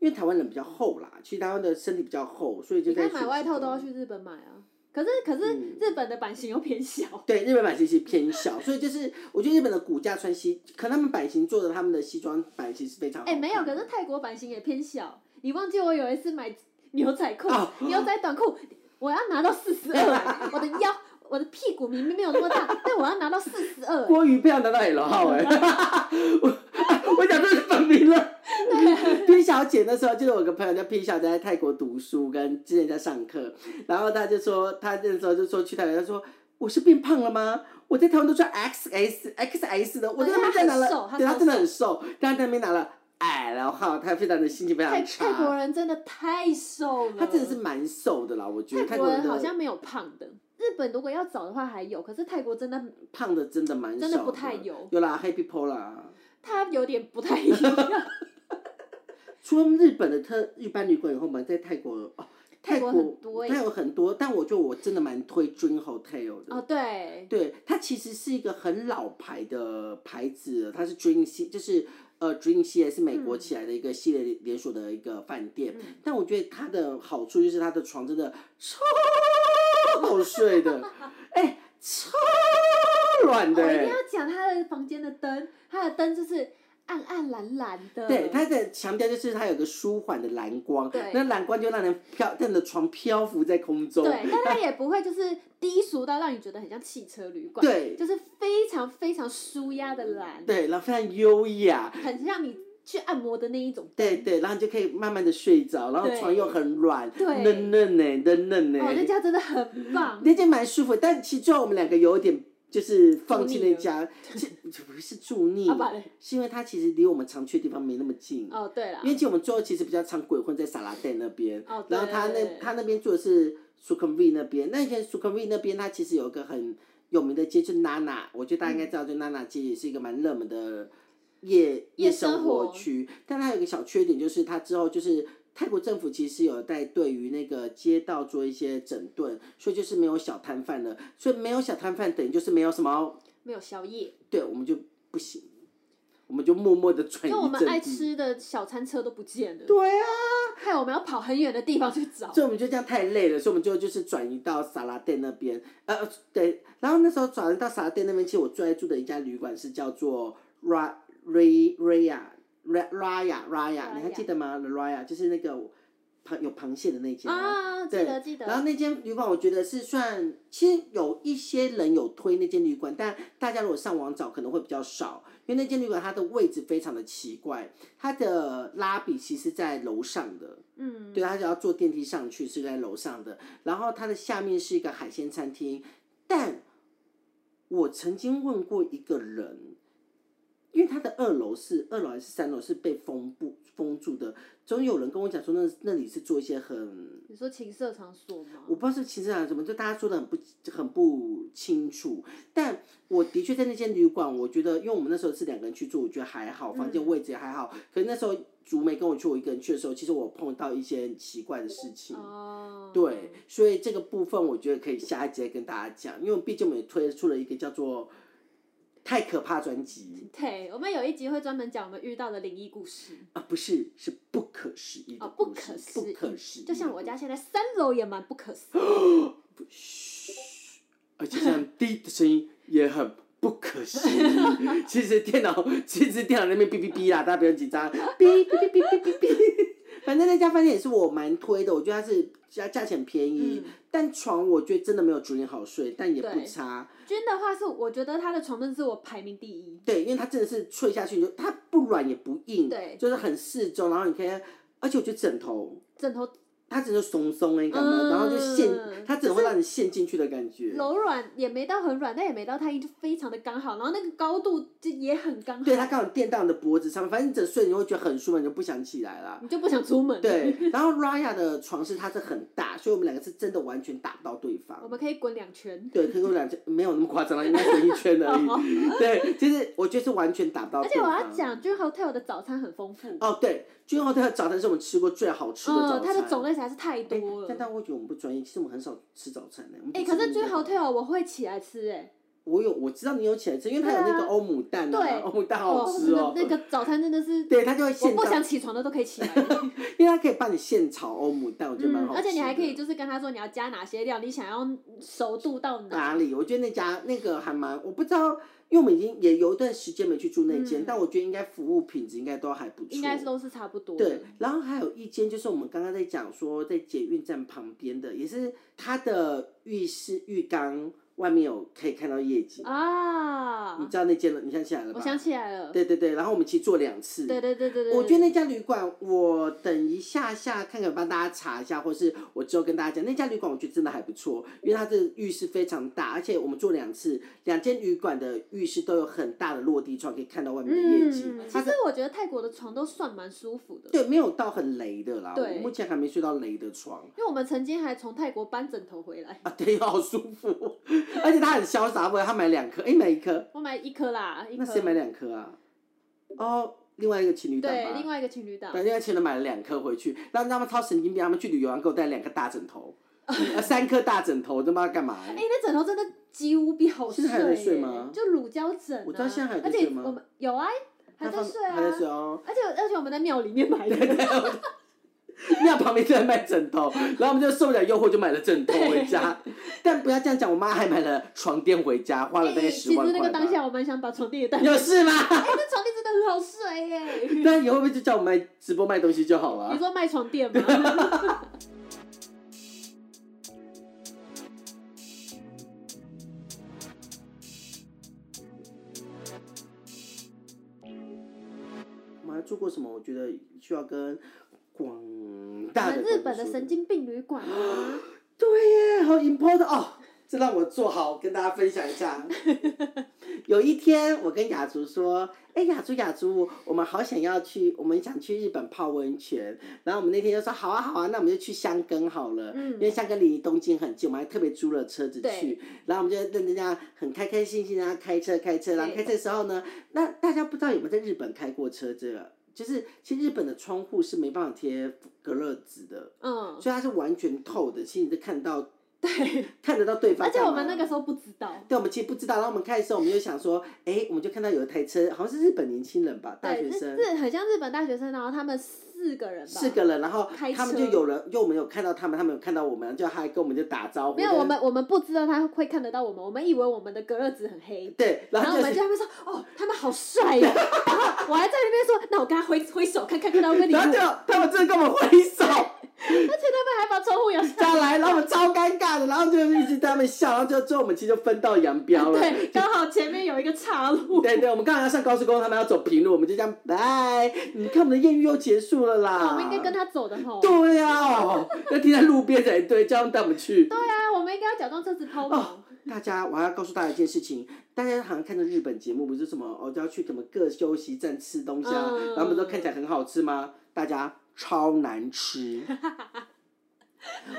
因为台湾人比较厚啦，其实台湾的身体比较厚，所以就你在看买外套都要。去日本买啊，可是可是嗯日本的版型又偏小。对，日本版型其实偏小，所以就是我觉得日本的骨架穿西，可能他们版型做的他们的西装版型是非常好哎、看的。没有，可是泰国版型也偏小。你忘记我有一次买牛仔裤、哦牛仔短裤，我要拿到四十二，我的腰、我的屁股明明没有那么大，但我要拿到四十二。郭瑜不要拿到 L 号哎、我 我讲这是本名了。P 小姐那时候就是我有个朋友叫 P 小姐，在泰国读书，跟之前在上课，然后她就说，她那时候就说去泰国，她说我是变胖了吗？我在台湾都穿 XS XS 的，我在那边再拿她很瘦了，她对，她超真的很瘦，但她在那边拿了 L 号，她非常的心情非泰常泰国差。人真的太瘦了，她真的是蛮瘦的啦，我觉得泰国国人人的好像没有胖的。日本如果要找的话还有，可是泰国真的胖的真的蛮真的少 不太有有啦，Happy p o 啦。他有点不太一样。 除了日本的特日班旅馆以后，我们在泰国哦，泰泰国国很多欸泰国很多，但我觉得我真的蛮推 Dream Hotel 的。哦，对，对，它其实是一个很老牌的牌子，它是 Dream 系，就是呃 Dream 系列是美国起来的一个系列连锁的一个饭店。嗯但我觉得它的好处就是它的床真的超好睡 的，哎、超软哦的、我一定欸。要讲他的房间的灯，他的灯就是暗暗蓝蓝的。对，它的强调就是它有个舒缓的蓝光对，那蓝光就让人飘，让你的床漂浮在空中。对，但它也不会就是低俗到让你觉得很像汽车旅馆，对就是非常非常舒压的蓝，对，然后非常优雅，很像你去按摩的那一种。对对，然后你就可以慢慢的睡着，然后对床又很软，对嫩嫩呢、嫩嫩呢、哦，那家真的很棒。那间蛮舒服，但其实最后我们两个有点就是放弃那腻了家，这不是住腻 啊，，不然嘞是因为它其实离我们常去的地方没那么近。哦，对了因，为其实我们最后其实比较常鬼混在萨拉店那边，哦然后他对那他那边住的是 s u k h u m v i 那边，那以前 s u k h u m v i 那边它其实有一个很有名的街，就是 Nana，我觉得大家应该知道，就 Nana 街也是一个蛮热门的夜夜生生活区，但它有一个小缺点，就是它之后就是。泰国政府其实有在对于那个街道做一些整顿，所以就是没有小摊贩了，所以没有小摊贩等于就是没有什么，没有宵夜，对我们就不行，我们就默默的转移就我们阵爱地。吃的小餐车都不见了，对啊，害我们要跑很远的地方去找。所以我们就这样太累了，所以我们就就是转移到沙拉店那边。呃，对，然后那时候转移到沙拉店那边，其实我最爱住的一家旅馆是叫做 Ra Ray Raya Ra- Raya Raya，你还 Raya 记得吗？Raya 就是那个螃有螃蟹的那间啊啊，记对得记得。然后那间旅馆我觉得是算，其实有一些人有推那间旅馆，但大家如果上网找可能会比较少，因为那间旅馆它的位置非常的奇怪，它的拉比其实在楼上的，嗯，对，他只要坐电梯上去是在楼上的，然后它的下面是一个海鲜餐厅。但我曾经问过一个人，因为他的二楼是二楼还是三楼是被封不封住的，总有人跟我讲说那那里是做一些很你说情色场所吗？我不知道是其实啊什么，就大家说的很不很不清楚。但我的确在那间旅馆，我觉得因为我们那时候是两个人去住，我觉得还好，房间位置也还好。可是那时候竹梅跟我去，我一个人去的时候，其实我碰到一些很奇怪的事情。哦，对，所以这个部分我觉得可以下一集再跟大家讲，因为毕竟我们也推出了一个叫做《太可怕》专辑对，我们有一集会专门讲我们遇到的灵异故事，啊，不是是不可思议的哦不故事可思不议可思议，就像我家。现在三楼也蛮 不可思议。而且像滴的声音也很不可思议。其实电脑，其实电脑那边哔哔哔啦，大家不用紧张，哔哔哔哔哔哔哔。反正那家饭店也是我蛮推的，我觉得它是价价钱便宜，嗯但床我觉得真的没有竹林好睡，但也不对差。君的话是，我觉得他的床凳是我排名第一。对，因为它真的是睡下去，你就它不软也不硬，对就是很适中。然后你可以，而且我觉得枕头，枕头它枕头松松哎，你干嘛？嗯然后就陷，它枕头会让你陷进去的感觉。柔软也没到很软，但也没到太硬，就非常的刚好。然后那个高度就也很刚好，对，它刚好垫到你的脖子上面，反正你整睡你会觉得很舒服，你就不想起来啦。你就不想出门。， 对，然后 Raya 的床是它是很大，所以我们两个是真的完全打不到对方我。们可以滚两圈，对，可是我两圈没有那么夸张了，应该滚一圈 而哦已。对，其实我觉得是完全打不到而对且我方。要讲，君 hotel 的早餐很丰富，哦，对，君豪的早餐是我们吃过最好吃的早餐。嗯，它的种类实在是太哎多了但。但我觉得我们不专业，其实我们很少吃早餐的。我们哎、只可吃是君那个 hotel 我会起来吃、哎，我有我知道你有起来吃，因为它有那个对啊欧姆蛋对啊，欧姆蛋好哦吃哦。那那个早餐真的是，对，它就会我现不想炒，起床的都可 以起来。因为它可以帮你现炒欧姆蛋，我觉得蛮嗯，好吃的。而且你还可以就是跟他说你要加哪些料，你想要熟度到哪哪。里？我觉得那家那个还蛮，我不知道，因为我们已经也有一段时间没去住那间，嗯但我觉得应该服务品质应该都还不错。应该都是差不多的。对，然后还有一间就是我们刚刚在讲说，在捷运站旁边的，也是它的浴室浴缸外面有可以看到夜景，啊你，知道那间了？你想起来了吧？我想起来了。对对对，然后我们其实做两次。对对对对对，我觉得那家旅馆，我等一下下看看，帮大家查一下，或是我之后跟大家讲，那家旅馆我觉得真的还不错，因为它的浴室非常大，而且我们做两次，两间旅馆的浴室都有很大的落地窗，可以看到外面的夜景。嗯，其它实是我觉得泰国的床都算蛮舒服的，对没有到很雷的啦，对我目前还没睡到雷的床。因为我们曾经还从泰国搬枕头回来，啊，对，好舒服，而且他很潇洒，不，他买两颗，哎，买一颗，我买一颗啦，一那谁买颗，两颗啊？哦，另外一个情侣档吧对，另外一个情侣档，对，那个情人买了两颗回去，让他们超神经病，他们去旅游还给我带两个大枕头，呃，三颗大枕头，我都不知道干嘛。哎，那枕头真的极无比好睡现在耶，还有在睡吗就乳胶枕啊，我知道现在还有在而且睡吗我们有啊，还那在放睡啊，还在睡哦。而且而且我们在庙里面 买的，庙哦旁边就在卖枕头，然后我们就受不了诱惑，就买了枕头回 家。但不要这样讲，我妈还买了床垫回家，花了大概哎十其万实那块个吧当。下我蛮想把床垫 也带，哎，有事吗？那床垫真的很好睡耶。 那以后会不会就叫我们卖直播卖东西就好了你啊？说卖床垫吗？ 我们还住过什么？我觉得需要跟广我大的们日本观的众说神经病旅馆啊，对耶，好 important 哦！这让我做好，跟大家分享一 下。有一天，我跟雅竹说：“哎，雅竹，雅竹，我们好想要去，我们想去日本泡温泉。”然后我们那天就说：“好啊，好啊，那我们就去箱根好了。”因嗯，为香根离东京很近，我们还特别租了车子去对，然后我们就认真这样很开开心心地啊开车开车，然后开对车的时候呢，那大家不知道有没有在日本开过车这个，就是其实日本的窗户是没办法贴隔热纸的，嗯，所以它是完全透的，其实你就看到 对，看得到对方而且干嘛。我们那个时候不知道，对，我们其实不知道，然后我们开的时候，我们就想说， 哎，我们就看到有一台车，好像是日本年轻人吧，大对，学是生，是很像日本大学生，然后他们四个人吧，四个人，然后开他们车就有人，就我们有看到他们，他们有看到我们，就还跟我们就打招呼。没有就是我们我们不知道他会看得到我们，我们以为我们的隔热纸很黑，对，然然后后我就是们就在那边说，哦，他们 好帅呀、然后我还在那边说，那我跟他挥挥手看看看到会不会理我，然后而且就他们真的跟我们挥手他们还把窗户 摇下下来，然后我们超尴尬的，然后就一直对他们笑，然后就最后我们其实就分道扬镳了。 对，刚好前面有一个岔路， 对对，我们刚好要上高速公路，他们要走平路，我们就这样拜。你看我们的艳遇又结束了啦。哦我们应该跟他走的吼。啊对呀、哦，要停在路边才对，这样带我们去。对啊，我们应该要假装车子抛锚。哦大家，我还要告诉大家一件事情，大家好像看的日本节目不是什么哦，就要去什么各休息站吃东西啊，嗯然后不是都看起来很好吃吗？大家超难吃，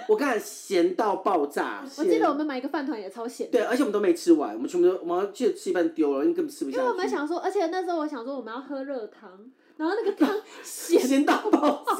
我刚才咸到爆炸。我记得我们买一个饭团也超咸咸。对，而且我们都没吃完，我们全部都我们就吃一半丢了，因为根本吃不下因去。为我们想说，而且那时候我想说我们要喝热汤，然后那个汤 咸，咸到爆炸，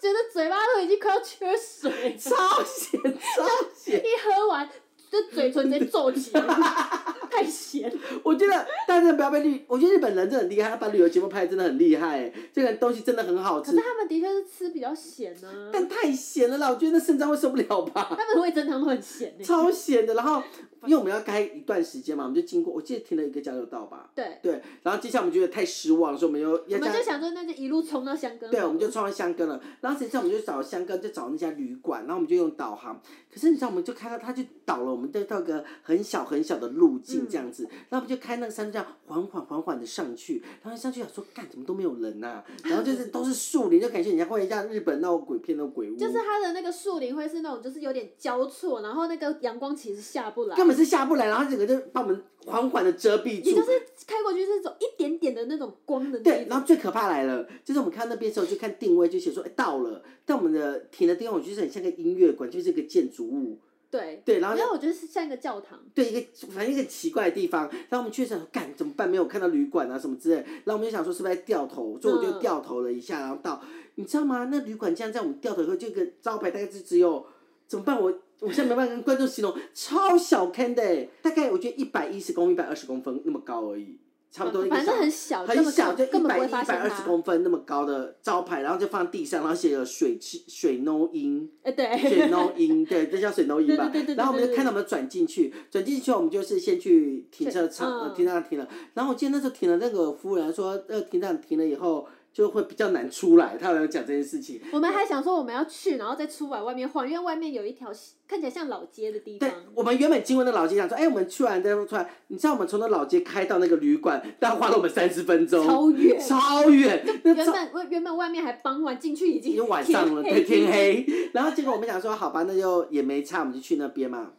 觉得嘴巴都已经快要缺水，超咸超咸。一喝完就嘴唇直接皱起来，太太闲。我觉得大家不要被绿，我觉得日本人真的很厉害，他把旅游节目拍的真的很厉害，哎，这个东西真的很好可吃是，他们的确是吃比较咸啊呢、但太咸了啦，我觉得那肾脏会受不了吧， 他们味噌汤都很咸呢、欸超咸的。然后因为我们要开一段时间嘛，我们就经过，我记得停了一个交流道吧，对，对，然后接下来我们觉得太失望了，所以我们又我要们加就想说，那就一路冲到香根。对，我们就。冲到香根了。然后实际上我们就找香根，就找那家旅馆，然后我们就用导航。可是你知道，我们就开到它就导了，我们就到一个很小很小的路径嗯这样子。然后我们就开那个山，就这样缓缓缓缓的上去。然后上去想说，干怎么都没有人 呐、然后就是都是树林，就感觉人家会像日本那种鬼片那种鬼屋，就是它的那个树林会是那种，就是有点交错，然后那个阳光其实下不来，根本是下不来，然后整个就把我们缓缓的遮蔽你住就。是开过去是走一点点的那种光的那对一，然种。后最可怕来了，就是我们看那边的时候就看定位，就写说、哎到了，但我们的停的地方我觉得很像个音乐馆，就是一个建筑物。对，对，然后因为我觉得是像一个教堂。对一个反正一个奇怪的地方，然后我们去想说干怎么办？没有看到旅馆啊什么之类，然后我们就想说是不是在掉头，所以我就嗯掉头了一下，然后到你知道吗？那旅馆竟然在我们掉头以后，就一个招牌大概就只有怎么办？我我现在没办法跟观众形容，超小坑的欸，大概我觉得一百一十公一百二十公分那么高而已，差不多一个嗯反小很正很小，根本小，就根一本百不一会发现百二十它。公分那么高的招牌，然后就放地上，然后写了水池水 no 音。哎，水对， no 音，对，这叫水 no 音吧对对对对。对然后我们就看到我们转进去，转进去我们就是先去停车场，嗯呃停车场停了。然后我记得那时候停了，那个服务员说，呃，停车场停了以后就会比较难出来，他有来讲这件事情。我们还想说我们要去，然后再出来外面晃，因为外面有一条看起来像老街的地对方，，我们原本经过那老街，想说，哎，我们去完再出来。你知道我们从那老街开到那个旅馆，大概花了我们三十分钟，超远。超远，那原超本我原本外面还傍晚，进去已已经经晚上了，天对，天黑。黑。然后结果我们想说，好吧，那就也没差，我们就去那边嘛。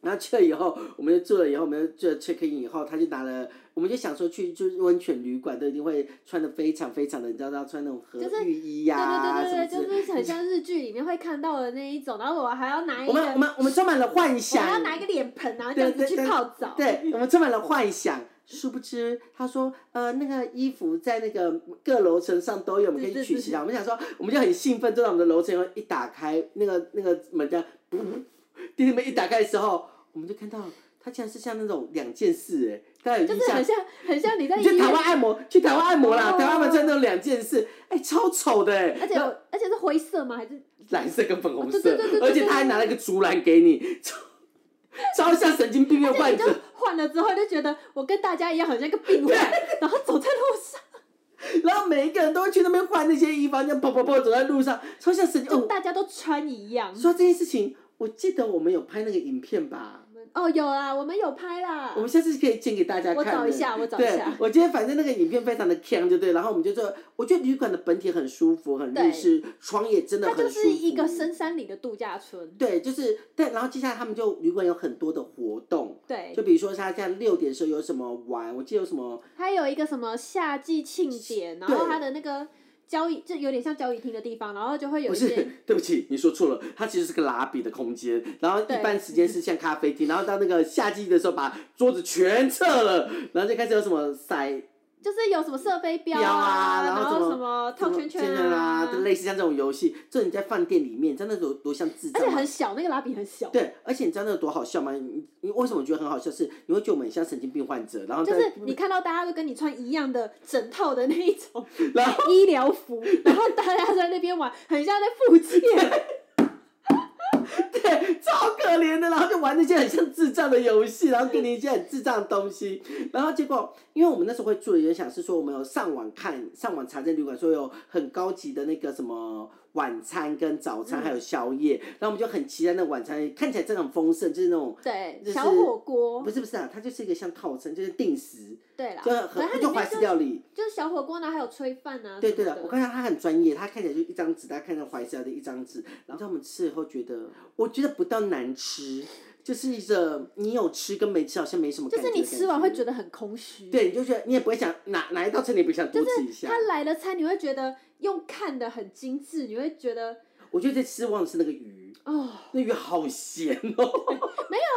然后去了以后，我们就住了以后，我们就 check in 以后，他就拿了，我们就想说去就是温泉旅馆都一定会穿的非常非常的，你知道要穿那种和就是浴衣对呀、对什对么对之类的。对，就是很像日剧里面会看到的那一种，然后我还要拿一我个，们我们我们充满了幻我还要想，拿一个脸盆，然后这样子对对去对泡澡。对，我们充满了幻想。殊不知，他说，呃，那个衣服在那个各楼层上都有，我们可以对对取对其他。我们想说，我们就很兴奋，坐到我们的楼层以后，一打开那个那个门这样，噗电梯门一打开的时候，我们就看到它竟然是像那种两件事，哎，大家有就印是很象？像很像你在你医去院台，湾按摩，去台湾按摩啦，哦台湾按摩穿那种两件事，哎，超丑的，哎，而且然后而且是灰色吗？还是蓝色跟粉红哦对色对对对，对而且他还拿了个竹篮给你，超超像神经病院那患你者就。换了之后就觉得我跟大家一样，好像一个病患，然后走在路上， 然后每一个人都会去那边换那些衣服，这样跑跑跑走在路上，超像神经。就哦，大家都穿一样。说到这件事情，我记得我们有拍那个影片吧？哦，有啦，我们有拍啦我。们下次可以剪给大家看。啊我找一。下，我找一对下，。我觉得反正那个影片非常的强，就对。然后我们就说，我觉得旅馆的本体很舒服，很日对式，床也真的它很舒服。就是一个深山里的度假村，对，就是对。然后接下来他们就旅馆有很多的活动，对就，比如说他在六点的时候有什么玩，我记得有什么它有一个什么夏季庆典，然后它的那个交易就有点像交易厅的地方，然后就会有不一是些，对不起，你说错了，它其实是个拉比的空间，然后对一般时间是像咖啡厅，然后到那个夏季的时候把桌子全撤了，然后就开始有什么塞就是有什么射飞镖标啊然然后什么后什么套圈啊圈圈啦，就类似像这种游戏，这你在饭店里面，真的多多像智而障且吗很小，那个拉比很小，对，而且你知道那有多好笑吗？你你为什么觉得很好笑是？你会觉得我们很像神经病患者，然后就在是你看到大家都跟你穿一样的整套的那一种 然后医疗服，然后大家在那边玩，很像在 附件。对， 超可怜的，然后就玩那些很像智障的游戏，然后给你一些很智障的东西，然后结果，因为我们那时候会住的也想是说，我们有上网看，上网查这旅馆说有很高级的那个什么晚餐跟早餐，还有宵夜，然后我们就很期待那晚餐，看起来真的很丰盛，就是那种。对就，是小火锅不，是不是啊，它就是一个像套餐，就是定时，对啦，就反正它很里就面怀就石料理。就是小火锅呢，还有炊饭啊。对什对么的，我看到他很专业，他看起来就一张纸，他看到怀石料理一张纸，然后我们吃了以后觉得，我觉得不到难吃，就是一个你有吃跟没吃好像没什么就感觉是的感觉。你吃完会觉得很空虚。对，你就觉得你也不会想哪哪一道菜你也不想多吃一下。它来的餐你会觉得用看的很精致，你会觉得我觉得最失望的是那个鱼，哦，那鱼好咸哦。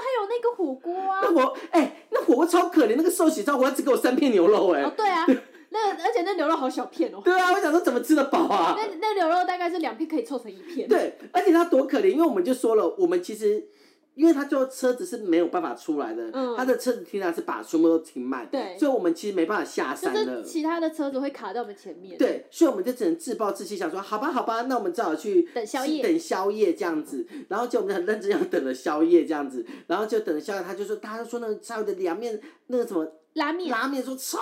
还有那个火锅 啊，那我哎、那火锅超可怜，那个寿喜烧我只给我三片牛肉哎、哦对啊，那而且那牛肉好小片哦，对啊，我想说怎么吃得饱啊？那那牛肉大概是两片可以凑成一片。对，而且它多可怜，因为我们就说了，我们其实因为它最后车子是没有办法出来的，嗯它的车子停来是把全部都停满，对所以我们其实没办法下山就了是。其他的车子会卡在我们前面。，对，所以我们就只能自暴自弃，想说好吧，好吧，那我们只好去等宵夜嗯等宵夜这样子。然后就我们很认真要等了宵夜这样子，然后就等了宵夜，他就说，他就说那个宵夜的凉面那个什么拉面拉面说超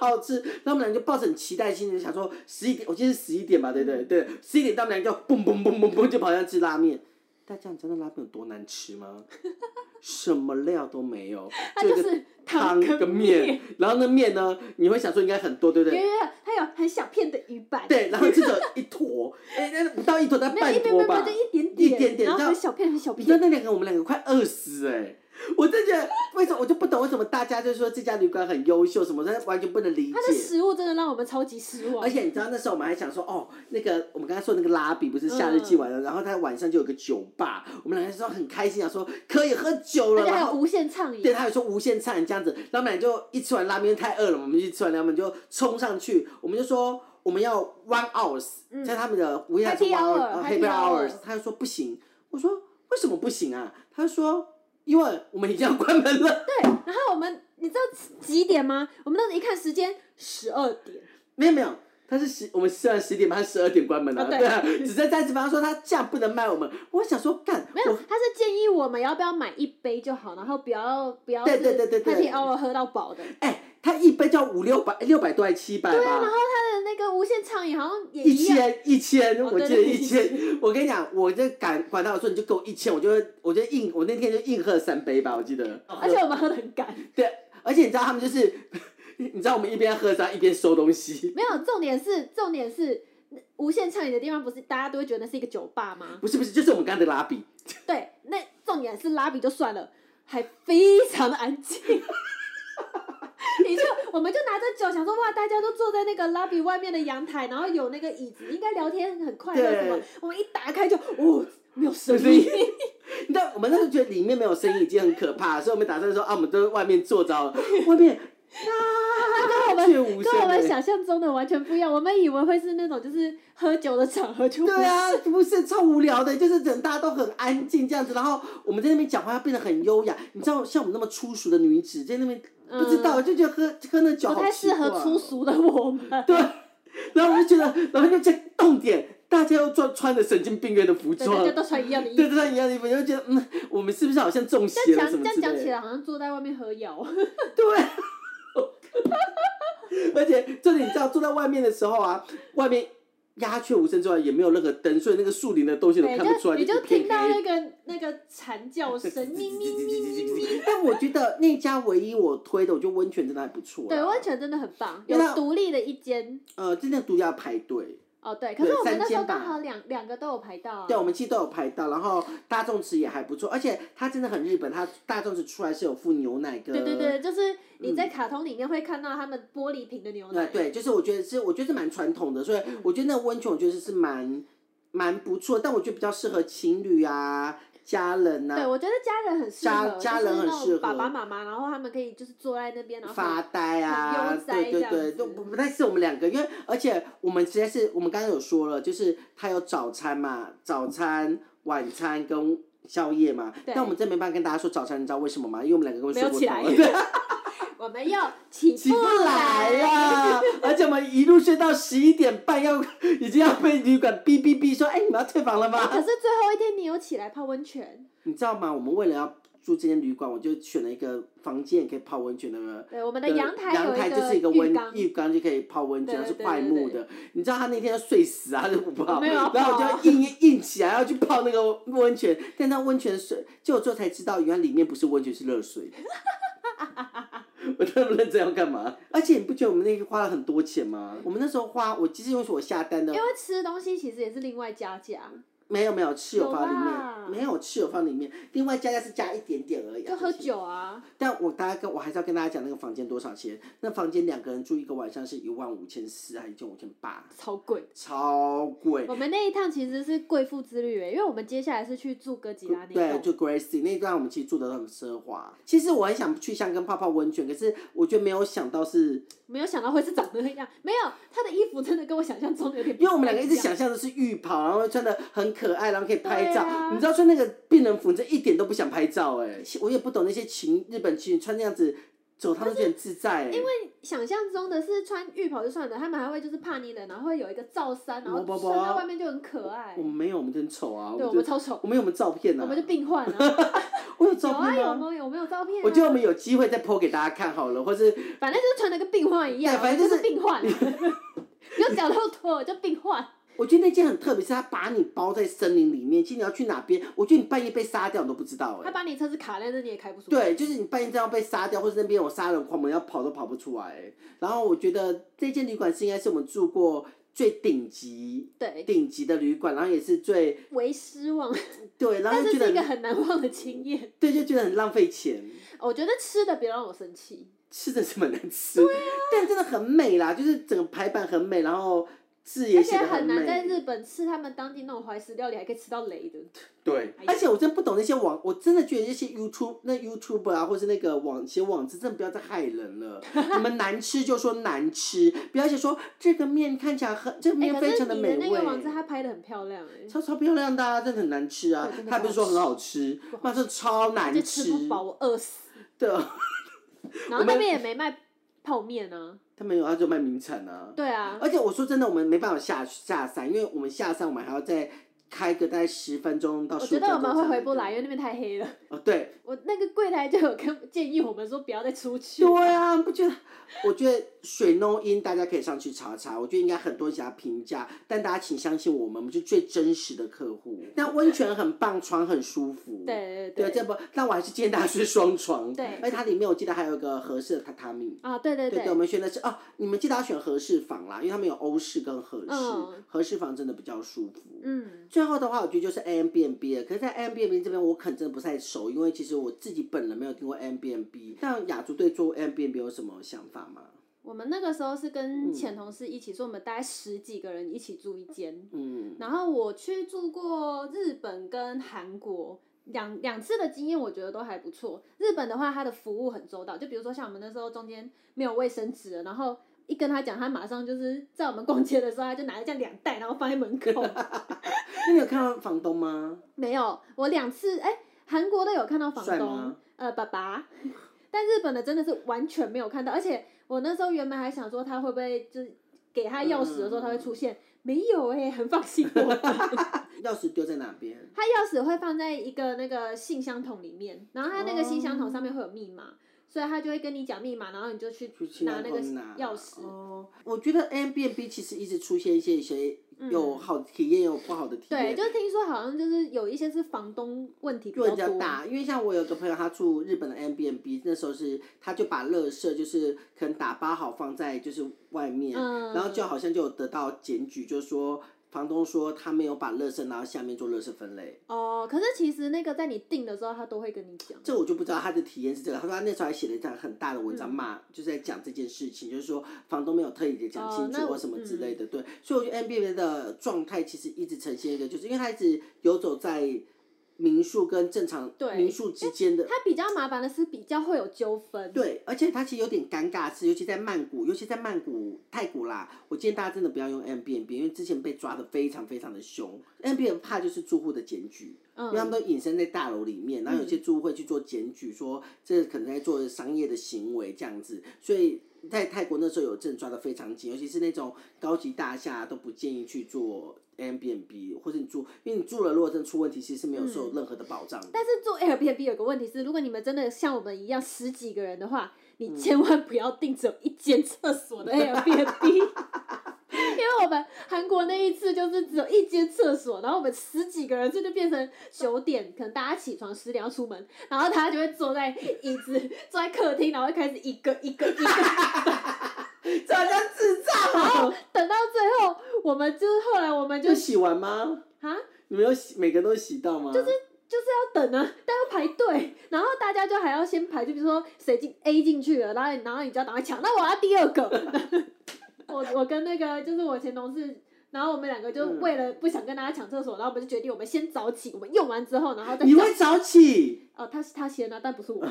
好吃，那我们俩就抱着很期待的心情，想说十一点，我记得是十一点吧，对不嗯对？对，十一点，他们俩就嘣嘣嘣嘣嘣就跑下吃拉面。大家你知道那拉面有多难吃 吗？什么料都没有，它就就一个是汤跟跟嗯面，然后那面呢，你会想说应该很多，对不因对？为它有很小片的鱼板，对，然后这个一坨，哎，那不到一坨，但没有半一边坨边吧边就。一点一点点然后然很后小片很小你知道片，那两个我们两个快饿死哎、我真觉得为什么我就不懂为什么大家就说这家旅馆很优秀什么，但是完全不能理解。它的食物真的让我们超级失望而。且你知道那时候我们还想说，哦，那个我们刚才说那个拉比不是夏日祭完嗯了，然后他晚上就有个酒吧，我们两个说很开心，想啊说可以喝酒而了，且还然有后。无限畅饮对，，他有说无限餐这样子，然后我们俩就一吃完拉面太饿了，我们就吃完拉面就冲上去，我们就说我们要 one hours，、嗯在他们的无限餐 Happy hour，哦 happy happy hours hours，他就说不行，我说为什么不行啊？他就说因为我们已经要关门了，对，然后我们你知道几点吗？我们当时一看时间，十二点。没有没有，他是十，我们虽然十点半，他十二点关门了、啊对啊，只是在这方说他这样不能卖我们。我想说干，没有，我他是建议我们要不要买一杯就好，然后不要不要对对对对对他 a p 喝到饱的。哎、他一杯就要五六百，六百多还七百对啊，然吧后。他的那个无限畅饮好像也一一样，千一千，哦我对记得对一千。我跟你讲，我就敢管他，我说你就给我一千，我就会，我就硬，我那天就硬喝了三杯吧，我记得。哦而且我们喝的很干。对，而且你知道他们就是， 你知道我们一边喝茶一边收东西，没有，重点是重点是那无限畅饮的地方不是大家都会觉得那是一个酒吧 吗？不是不是，就是我们刚才的拉比，对，那重点是拉比就算了，还非常的安静。 你就我们就拿着酒，想说哇，大家都坐在那个拉比外面的阳台，然后有那个椅子，应该聊天很快乐对什么。我们一打开就哦，没有声声音音，你知道，我们那时候觉得里面没有声音已经很可怕了，所以我们打算说啊，我们都在外面坐着好了，外面 跟鸦我 们雀无声跟我们欸想象中的完全不一样。我们以为会是那种就是喝酒的场合，就不对啊是，不是超无聊的，就是整大家都很安静这样子，然后我们在那边讲话要变得很优雅。你知道，像我们那么粗俗的女子在那边、嗯不知道，就觉得喝喝那酒不好太奇适怪合粗。俗的我们。对，然后我就觉得，然后就这重点，大家又穿穿着神经病院的服对，装大家，都穿一样的衣服。对，都穿一样的衣服，就觉得嗯，我们是不是好像中这邪样了什么讲这之样讲类起的？来，好像坐在外面喝药。对。 而且重点，你知道坐在外面的时候啊，外面鸦雀无声之外，也没有任何灯，所以那个树林的东西都对，看不出就来，哎你一就片听到黑那个那个蝉叫声，咪咪咪咪咪。但哎我觉得那家唯一我推的，我觉得温泉真的还不错。对，温。泉真的很棒，因为它有独立的一间。呃，真的独家排队，哦，对，可是对我们那时候三间吧刚好两两个都有排到啊。对，我们其实都有排到，然后大众池也还不错，而且它真的很日本，它大众池出来是有附牛奶跟。对对对，就是你嗯在卡通里面会看到他们玻璃瓶的牛呃奶。对，就是我觉得是，我觉得是蛮传统的，所以嗯我觉得那个温泉我觉得是蛮蛮不错，但我觉得比较适合情侣啊、家人呐、对，我觉得家人很适家合，家就是人很那种适合爸爸妈妈，然后他们可以就是坐在那边，然后发呆啊很悠，哉对对这样对，子就不不太是我们两个，因为而且我们实在是我们刚刚有说了，就是他有早餐嘛，早餐、晚餐跟宵夜嘛。对但我们真没办法跟大家说早餐，你知道为什么吗？因为我们两个根没本有睡起过来头 了，，我们又起起不来来了，而且我们一路睡到十一点半，要 已经要被旅馆哔哔哔说，哎，你们要退房了可吗？是最后一天你有起来泡温泉，你知道吗？我们为了要住这间旅馆，我就选了一个房间可以泡温泉的。对，我们的对阳台阳有台就是一一个浴温缸，浴缸就可以泡温泉，它是对对对块木的。你知道他那天要睡死啊， 就不泡，我没有要然后泡我啊就 硬硬起来要去泡那个温泉，但那温泉水，结果最后才知道，原来里面不是温泉，是热水。 我那么认真要干嘛？而且你不觉得我们那个花了很多钱吗？我们那时候花，我其实因为是我下单的因，为吃东西其实也是另外加价，没有没有，吃有有放里吧面，没有吃有放里面，另外加价是加一点点而已啊、就喝是酒啊，但我大家跟我还是要跟大家讲那个房间多少钱。那房间两个人住一个晚上是一万五千四，还是一万五千八，超贵。超贵。我们那一趟其实是贵妇之旅欸耶，因为我们接下来是去住哥吉拉那对，一栋，就 Gracie 那一段我们其实住的很奢华。其实我很想去香根泡泡温泉，可是我觉得没有想到是，没有想到会是长得那样，没有，她的衣服真的跟我想象中的有点不因太一样，为我们两个一直想象的是浴袍，然后穿的很可爱，然后可以拍对照。啊你知道穿那个病人服，你这一点都不想拍照哎、我也不懂那些情日本情侣穿那样子走，他们就很自在、哎。因为想象中的是穿浴袍就算了，他们还会就是怕你冷，然后会有一个罩衫，然后不不不穿在外面就很可爱我。们没有，我们就很丑啊。对，我就们超丑，我们有没有照片啊？我们就病患啊。 我有有照啊片有吗？吗？有没有照片啊？ 我觉得我们有机会再 PO 给大家看好了，或是反正就是穿的跟病患一样，对反正就就是病患，啊 不要脚露脱，就病患。我觉得那件很特别，是他把你包在森林里面，其实你要去哪边，我觉得你半夜被杀掉你都不知道哎、他把你车子卡在那，你也开不出来。对，就是你半夜这样被杀掉，或是那边有杀人狂魔，要跑都跑不出来、哎然后我觉得这间旅馆是应该是我们住过最顶级、对，顶级的旅馆，然后也是最为失望，对，然后但就是觉是一个得很难忘的经验。对，就觉得很浪费钱。我觉得吃的别让我生气，吃的这么难吃，但真的很美啦，就是整个排版很美，然后字也而写且的很难在美。日本吃他们当地那种怀石料理，还可以吃到雷的。对哎，呀而且我真不懂那些网，我真的觉得那些 YouTube 那 YouTube 啊，或是那个网写网字，真的不要再害人 了。你们难吃就说难吃，不要写说这个面看起来很，这个哎、面可非是常的你美的那味个。网站它拍的很漂亮、哎，超超漂亮的、啊，真的很难吃啊对真！的他不是说不好很吃好吃，那是超难哎就吃吃不饱，我 饿死。对，然我后们那边也没卖泡面啊，他没有，他就卖名产啊。对啊，而且我说真的，我们没办法下下山，因为我们下山，我们还要再开个大概十分钟到我十觉五分得钟。我们会回不来，因。为那边太黑了。哦，对，我那个柜台就有跟建议我们说不要再出去。对啊，不觉得？我觉得水弄音大家可以上去查查，我觉得应该很多人想要评价，但大家请相信我们，我们是最真实的客户。那温泉很棒，床很舒服。。对对，对这对，不，但我还是建议大家睡双床。对而且它里面我记得还有一个合适的榻榻米。啊，对对对对，我们选的是哦，你们记得要选合适房啦，因为他们有欧式跟合适，嗯合适房真的比较舒服。嗯，最后的话，我觉得就是 a m b n b 了。可是，在 a m b n b 这边，我可能真的不太熟，因为其实我自己本人没有听过 a m b n b 但雅竹对做 a m b n b 有什么想法吗？我们那个时候是嗯跟前同事一起，说我们大概十几个人一起住一间。嗯，然后我去住过日本跟韩国两两次的经验，我觉得都还不错。日本的话，它的服务很周到，就比如说像我们那时候中间没有卫生纸了，然后一跟他讲，他马上就是在我们逛街的时候，他就拿了这样两袋，然后放在门口。那你有看到房东吗？没有，我两次哎，韩国的有看到房帅东吗，呃，爸爸， 但日本的真的是完全没有看到，而且我那时候原本还想说他会不会就是给他钥匙的时候他会出嗯现，没有哎、很放心我。 钥匙丢在哪边？他钥匙会放在一个那个信箱桶里面，然后他那个信箱桶上面会有密码，所以他就会跟你讲密码，然后你就去去去拿那个哪拿钥匙。哦，我觉得 a m b n b 其实一直出现一些一些有好的体验，也有不好的体验。嗯对，就听说好像就是有一些是房东问题比就较比较多，大，因为像我有个朋友，他住日本的 M B N B，那时候是他就把垃圾就是可能打包好放在就是外面，嗯然后就好像就有得到检举，就说房东说他没有把垃圾拿到下面做垃圾分类，哦。可是其实那个在你订的时候，他都会跟你讲。这我就不知道他的体验是这个。他说他那时候还写了一张很大的文嗯章骂，就是在讲这件事情，就是说房东没有特意的讲哦清那楚或我什么之类的。对，所以我觉得 M B N 的状态其实一直呈现一个，就是因为他一直游走在。民宿跟正常对民宿之间的，他比较麻烦的是比较会有纠纷。对，而且它其实有点尴尬，是尤其在曼谷，尤其在曼谷、泰国啦，我建议大家真的不要用 M B N B，因为之前被抓的非常非常的凶。M B N 怕就是住户的检举，因为他们嗯，都隐身在大楼里面，然后有些住户会去做检举，说这可能在做商业的行为这样子，所以。在泰国那时候有证抓的非常紧，尤其是那种高级大厦都不建议去做 M B N B，或者你住，因为你住了如果真的出问题，其实是没有受嗯任何的保障的。但是做 Airbnb 有个问题是，如果你们真的像我们一样十几个人的话，你千万不要订只有一间厕所的 Airbnb，因为我们韩国那一次就是只有一间厕所，然后我们十几个人，这就变成九点，可能大家起床十点要出门，然后他就会坐在椅子坐在客厅，然后开始一个一个一个。 这好像智障哦！等到最后，我们就是后来我们 就就洗完吗？啊，你们有洗每个人都有洗到吗？就是要等啊，但要排队，然后大家就还要先排，就比如说谁进 A 进去了，然后你然后你就要赶快抢，那我要第二个。 我我跟那个就是我前同事，然后我们两个就嗯为了不想跟大家抢厕所，然后我们就决定我们先早起，我们用完之后，然后再你叫会早起，哦，他是他先啊，但不是我，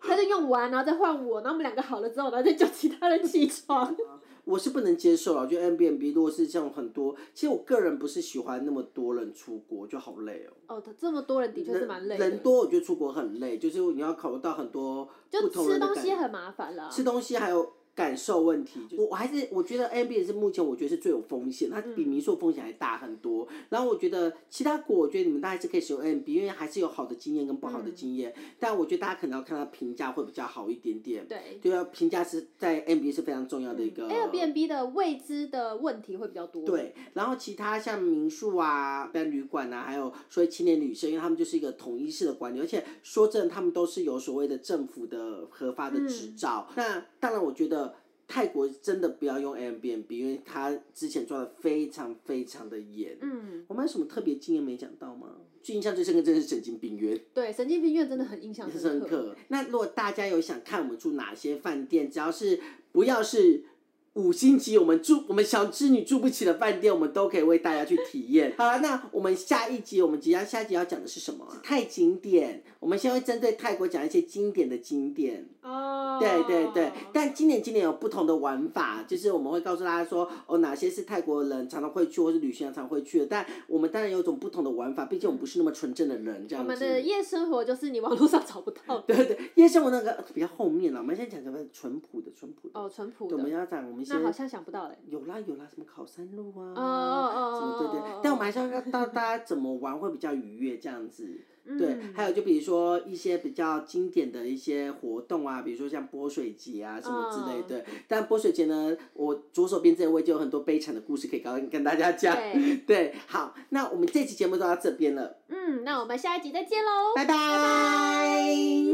他就用完然后再换我，然后我们两个好了之后，然后再叫其他人起床。我是不能接受了。就 M B N B，如果是这种很多，其实我个人不是喜欢那么多人出国，就好累哦。哦，这么多人的确是蛮累的，人多，我觉得出国很累，就是你要考虑到很多不就同人吃的东感西很麻烦啦。吃东西还有感受问题。就我我还是我觉得 a m b n 是目前我觉得是最有风险，它嗯比民宿风险还大很多。然后我觉得其他国，我觉得你们大概是可以使用 a m b 因为还是有好的经验跟不好的嗯经验。但我觉得大家可能要看它评价会比较好一点点。对对啊，评价是在 a m b 是非常重要的一嗯个。 ，Airbnb 的未知的问题会比较多。，对，然后其他像民宿啊、像旅馆啊，还有所谓青年旅社，因为他们就是一个统一式的管理，而且说真的，他们都是有所谓的政府的核发的执嗯照。那当然，我觉得。泰国真的不要用 Airbnb，因为他之前抓的非常非常的严。嗯，我们有什么特别经验没讲到吗？最印象最深刻真的是神经病院。对，神经病院真的很印象深深刻。刻。那如果大家有想看我们住哪些饭店，只要是不要是五星级，我们住我们小织女住不起的饭店，我们都可以为大家去体验。好了，那我们下一集，我们即将下一集要讲的是什么啊？泰景点。我们先会针对泰国讲一些经典的景点。哦对对对，但今年今年有不同的玩法，就是我们会告诉大家说，哦，哪些是泰国人常常会去，或是旅行常常会去的。但我们当然有一种不同的玩法，毕竟我们不是那么纯正的人，这我样子。们的夜生活就是你网络上找不到的。对对，夜生活那个呃比较后面了，我们先讲个淳朴的，淳朴的。哦，淳朴对，我们的，要讲我们先那好像想不到嘞。有啦有啦，什么考山路啊，哦哦什么哦，对对，但我们还是要让到 大家怎么玩会比较愉悦这样子。哦对，还有有就比如说一些比较经典的一些活动啊，比如说像泼水节啊什么之哦类的。但泼水节呢，我左手边这位就有很多悲惨的故事可以跟跟大家讲。对，哦对，好，那我们这期节目就到这边了，嗯，那我们下一集再见喽。拜拜